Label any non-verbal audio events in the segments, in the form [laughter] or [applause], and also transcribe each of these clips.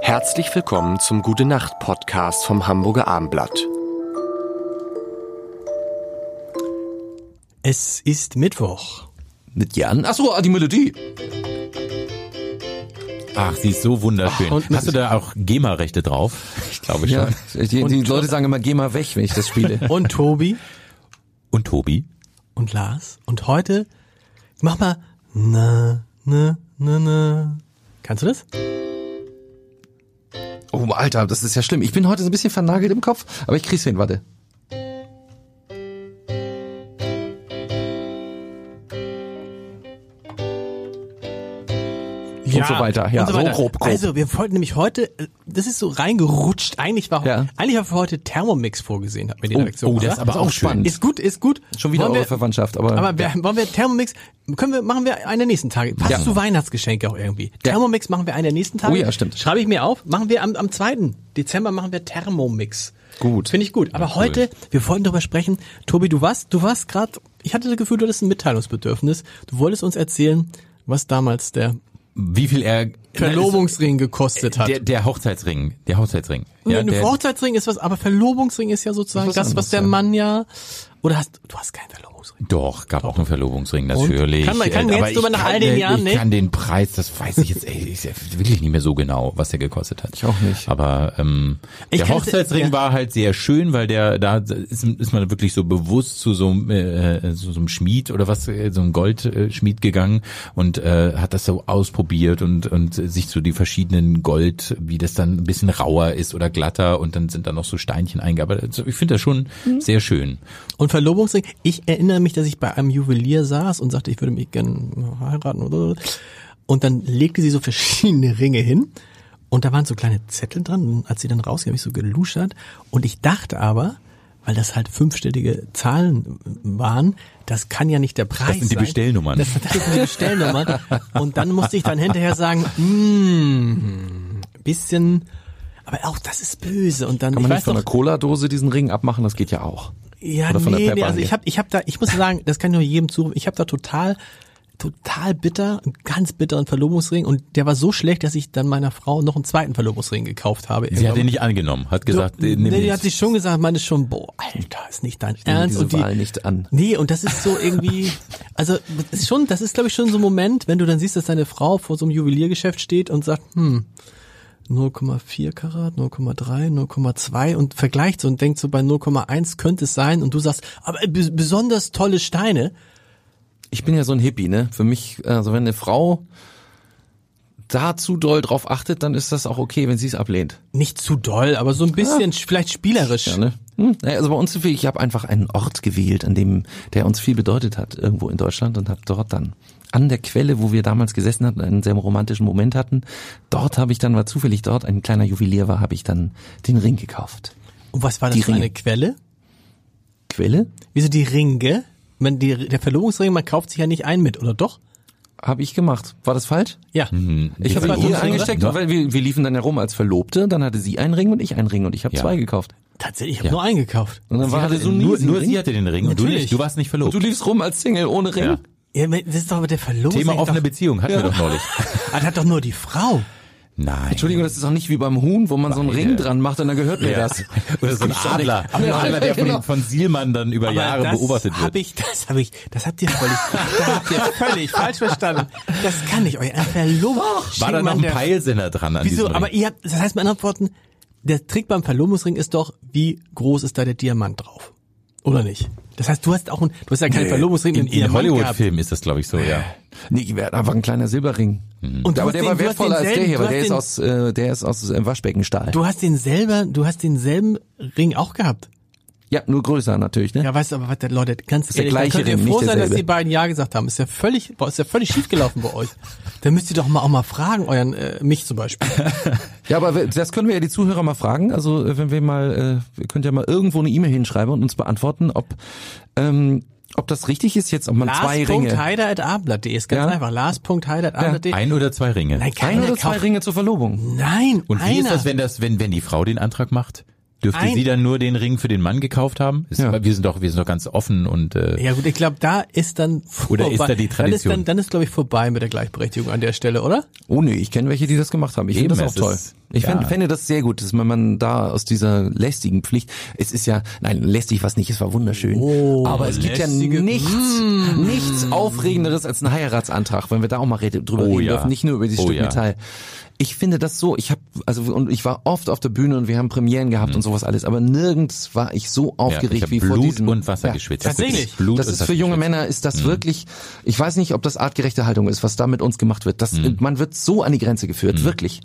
Herzlich willkommen zum Gute Nacht Podcast vom Hamburger Armblatt. Es ist Mittwoch. Mit Jan? Ach so, ah, die Melodie. Ach, sie ist so wunderschön. Ach, und mit- Hast du da auch [laughs] GEMA-Rechte drauf? Ich glaube Ja, schon. die, die Leute sagen immer, geh mal weg, wenn ich das spiele. Und Tobi Und Tobi? und Lars. Und heute mach mal na, na, na, na. Kannst du das? [laughs] Oh, Alter, das ist ja schlimm. Ich bin heute so ein bisschen vernagelt im Kopf, aber ich krieg's hin, warte. Und so weiter. Ja, und so so weiter. grob, grob. Also, wir wollten nämlich heute, äh, das ist so reingerutscht. Eigentlich war, Ja. eigentlich war für heute Thermomix vorgesehen, hat mir die Oh, Redaktion oh, das gesagt. ist aber auch spannend. Ist gut, ist gut. Schon wieder Wollen eure wir- Verwandtschaft, aber, Aber wer, wollen wir Thermomix, können wir, machen wir einen der nächsten Tage. Passt Ja. zu Weihnachtsgeschenke auch irgendwie. Ja. Thermomix machen wir einen der nächsten Tage. Oh ja, stimmt. Schreibe ich mir auf. Machen wir am, am 2. Dezember machen wir Thermomix. Gut. Finde ich gut. Aber heute, wir wollten darüber sprechen. Tobi, du warst, du warst gerade, ich hatte das Gefühl, du hattest ein Mitteilungsbedürfnis. Du wolltest uns erzählen, was damals der Wie viel er... Verlobungsring gekostet hat. Der, der Hochzeitsring. Der Hochzeitsring. Ja, ein der, Hochzeitsring ist was, aber Verlobungsring ist ja sozusagen Ist was das, was anderes, der ja. Mann ja, oder hast, du hast keinen Verlobungsring. doch, gab auch einen Verlobungsring, natürlich. Kann man- kann Äh, jetzt aber ich drüber nach all kann den den- Jahren Ich nicht? kann den Preis, das weiß ich jetzt ey, ist ja wirklich nicht mehr so genau, was der gekostet hat. Ich auch nicht. Aber ähm, Ich der kann- Hochzeitsring ja. war halt sehr schön, weil der da ist, ist man wirklich so bewusst zu so, einem, äh, so, so einem Schmied oder was, äh, so einem Goldschmied gegangen und äh, hat das so ausprobiert und, und sich so die verschiedenen Gold, wie das dann ein bisschen rauer ist oder glatter und dann sind da noch so Steinchen eingearbeitet. Also ich finde das schon sehr schön. Und Verlobungsring, ich erinnere mich, dass ich bei einem Juwelier saß und sagte, ich würde mich gerne heiraten oder und dann legte sie so verschiedene [laughs] Ringe hin und da waren so kleine Zettel dran und als sie dann rausging, habe ich so geluschert und ich dachte aber, weil das halt fünfstellige Zahlen waren, das kann ja nicht der Preis sein. sind die Bestellnummern. Das, das sind die Bestellnummern. Und dann musste ich dann hinterher sagen, mm, bisschen, aber auch das ist böse. Und dann Kann man ich nicht weiß von doch, einer Cola-Dose diesen Ring abmachen? Das geht ja auch. ja, Oder von der nee, nee, Pepper also hier. ich habe ich hab da, ich muss sagen, das kann ich nur jedem zurufen, ich habe da total, total bitter, einen ganz bitteren Verlobungsring und der war so schlecht, dass ich dann meiner Frau noch einen zweiten Verlobungsring gekauft habe. Sie hat ihn nicht angenommen, hat gesagt, äh, nimm Genau. nee, die ihn. hat sich schon gesagt, meine ist schon, boah, Alter, ist nicht dein nehme Ernst. diese und die, Wahl nicht an. Nee, und das ist so irgendwie, [laughs] also das ist schon, das ist glaube ich schon so ein Moment, wenn du dann siehst, dass deine Frau vor so einem Juweliergeschäft steht und sagt, hm, 0,4 Karat, 0,3, 0,2 und vergleicht so und denkt so bei 0,1 könnte es sein und du sagst, aber b- besonders tolle Steine. Ich bin ja so ein Hippie, ne? Für mich, also wenn eine Frau da zu doll drauf achtet, dann ist das auch okay, wenn sie es ablehnt. Nicht zu doll, aber so ein bisschen vielleicht spielerisch. Ja, ne? Hm. Naja, also bei uns viel, ich habe einfach einen Ort gewählt, an dem der uns viel bedeutet hat, irgendwo in Deutschland und habe dort dann an der Quelle, wo wir damals gesessen hatten, einen sehr romantischen Moment hatten, dort habe ich dann, war zufällig dort ein kleiner Juwelier war, habe ich dann den Ring gekauft. Und was war das Die für eine Ringe. Quelle? Quelle Wieso die Ringe? Man, die, der Verlobungsring, man kauft sich ja nicht ein mit, oder doch? habe ich gemacht. War das falsch? Ja. Mhm. Ich habe war ihn hier trotzdem, eingesteckt, oder? weil wir, wir liefen dann herum als Verlobte, dann hatte sie einen Ring und ich einen Ring und ich habe Ja. zwei gekauft. Tatsächlich, ich habe nur eingekauft. Und dann Sie war hatte hatte so nie nur, diesen nur Ring. sie hatte den Ring und du Natürlich. nicht. Du warst nicht und verlobt. du liefst rum als Single ohne Ring. Ja. Ja, das ist doch aber der Verlobungsring. Thema doch, offene Beziehung hatten wir doch neulich. [laughs] Ah, das hat doch nur die Frau. Nein. Entschuldigung, das ist doch nicht wie beim Huhn, wo man so einen Beide. Ring dran macht und dann gehört mir [laughs] Ja. das. [laughs] Oder so ein Adler. Ein Adler, der genau. von, von Sielmann dann über Jahre das beobachtet hab wird. ich, das habe ich, das habt ihr [laughs] völlig, das habt ihr völlig falsch verstanden. Das kann nicht euer Verlobung. War da noch ein Peilsender dran an Wieso? diesem Ring? Aber ihr habt, das heißt mit anderen Worten, der Trick beim Verlobungsring ist doch, wie groß ist da der Diamant drauf? Oder nicht? Das heißt, du hast auch, ein, du hast ja keinen Verlobungsring in mit einem in Diamant gehabt. Hollywood-Filmen ist das, glaube ich, so, ja. Nee, wir hatten einfach ein kleiner Silberring. Und Hm. du Aber hast der den- war du hast wertvoller als der denselben- hier, weil du der hast ist den- aus, äh, der ist aus äh, Waschbeckenstahl. Du hast den selber, du hast denselben Ring auch gehabt. Ja, nur größer natürlich, ne? Ja, weißt du, aber was der Leute, ganz der ehrlich, dann gleiche könnt ihr Ring, froh nicht sein, dass derselbe. die beiden Ja gesagt haben. Ist ja völlig, boah, ist ja völlig schiefgelaufen bei euch. Da müsst ihr doch mal auch mal fragen, euren, äh, mich zum Beispiel. Ja, aber wir- das können wir ja die Zuhörer mal fragen. Also äh, wenn wir mal, äh, ihr könnt ja mal irgendwo eine E-Mail hinschreiben und uns beantworten, ob ähm, ob das richtig ist jetzt, ob man zwei Ringe, Lars.heider.ablatt.de ist ganz Ja? einfach. Lars.heider.ablatt.de. Ein oder zwei Ringe. Nein, ein keiner oder zwei kauft- Ringe zur Verlobung. Nein, Und wie einer. ist das, wenn das, wenn, wenn die Frau den Antrag macht? Dürfte Ein- sie dann nur den Ring für den Mann gekauft haben? Ist, Ja. Wir sind doch, wir sind doch ganz offen und, äh, ja gut, ich glaube, da ist dann vorbei. Oder ist da Dann die ist, Tradition? dann, dann ist glaube ich, vorbei mit der Gleichberechtigung an der Stelle, oder? Oh nee, ich kenne welche, die das gemacht haben. Ich eben, finde das es auch toll. Ist, Ich fänd, Ja. fände das sehr gut, dass man, man da aus dieser lästigen Pflicht, es ist ja, nein, lästig was nicht, es war wunderschön, aber es gibt ja Oh, lästige- Mm. nichts, nichts Aufregenderes als einen Heiratsantrag, wenn wir da auch mal rede, drüber Oh reden ja. dürfen, nicht nur über dieses Oh Stück ja. Metall. Ich finde das so, ich habe also und ich war oft auf der Bühne und wir haben Premieren gehabt und sowas alles, aber nirgends war ich so Mhm. ich aufgeregt hab wie vor Blut diesem und Wasser Ja, geschwitzt. das ist- Tatsächlich? Blut halt das und ist für Wasser junge geschwitzt. Männer ist Mhm. das wirklich. Ich weiß nicht, ob das artgerechte Haltung ist, was da mit uns gemacht wird. Das, Mhm. man wird so an die Grenze geführt, wirklich.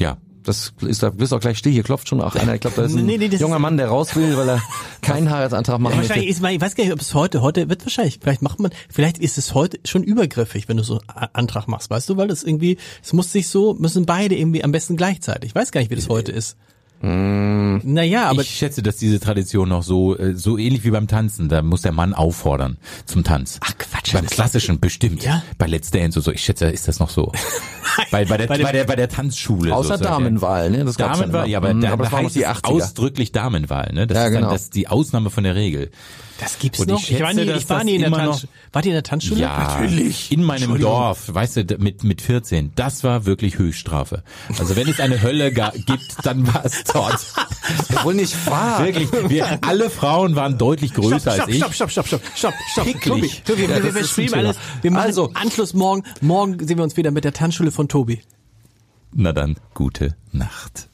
Ja. Das ist da bist auch gleich still. Hier klopft schon auch einer. Ich glaube, da ist ein Nee, nee, das junger ist- Mann, der raus will, weil er keinen Heiratsantrag machen Äh, Wahrscheinlich möchte. ist man, ich weiß gar nicht, ob es heute, heute wird wahrscheinlich, vielleicht macht man, vielleicht ist es heute schon übergriffig, wenn du so einen Antrag machst, weißt du, weil das irgendwie, es muss sich so, müssen beide irgendwie am besten gleichzeitig. Ich weiß gar nicht, wie das heute ist. Naja, aber Mm. ich schätze, dass diese Tradition noch so äh, so ähnlich wie beim Tanzen, da muss der Mann auffordern zum Tanz. Ach Quatsch, Beim das- klassischen bestimmt. Ja? Bei Let's Dance und so. Ich schätze, ist das noch so. bei, bei, [laughs] der, bei, Bei dem- der bei der Tanzschule. Außer sozusagen. Damenwahl, ne? Das gab's Damenwahl, ja, immer. aber, Mhm, da, aber aber das war noch heißt die es 80er. ausdrücklich Damenwahl, ne? Das, Ja, ist dann, genau. das ist die Ausnahme von der Regel. das gibt's Und ich noch. Ich, war Oh, schätze, nie, dass ich war das nie in der immer Tanzschule. Wart ihr in der Tanzschule? Ja, natürlich. In meinem Dorf, weißt du, d- mit, mit 14, das war wirklich Höchststrafe. Also wenn es eine Hölle ga, gibt, dann war es dort. Wohl nicht wahr. [laughs] Wirklich, wir, alle Frauen waren deutlich größer als ich. stopp, stopp, stopp, stopp, stopp, stopp. Tobi, Picklig. Tobi, Ja, wir, das wir ist ein streamen Thema. alles. Wir machen Also. Anschluss morgen. Morgen sehen wir uns wieder mit der Tanzschule von Tobi. Na dann, gute Nacht.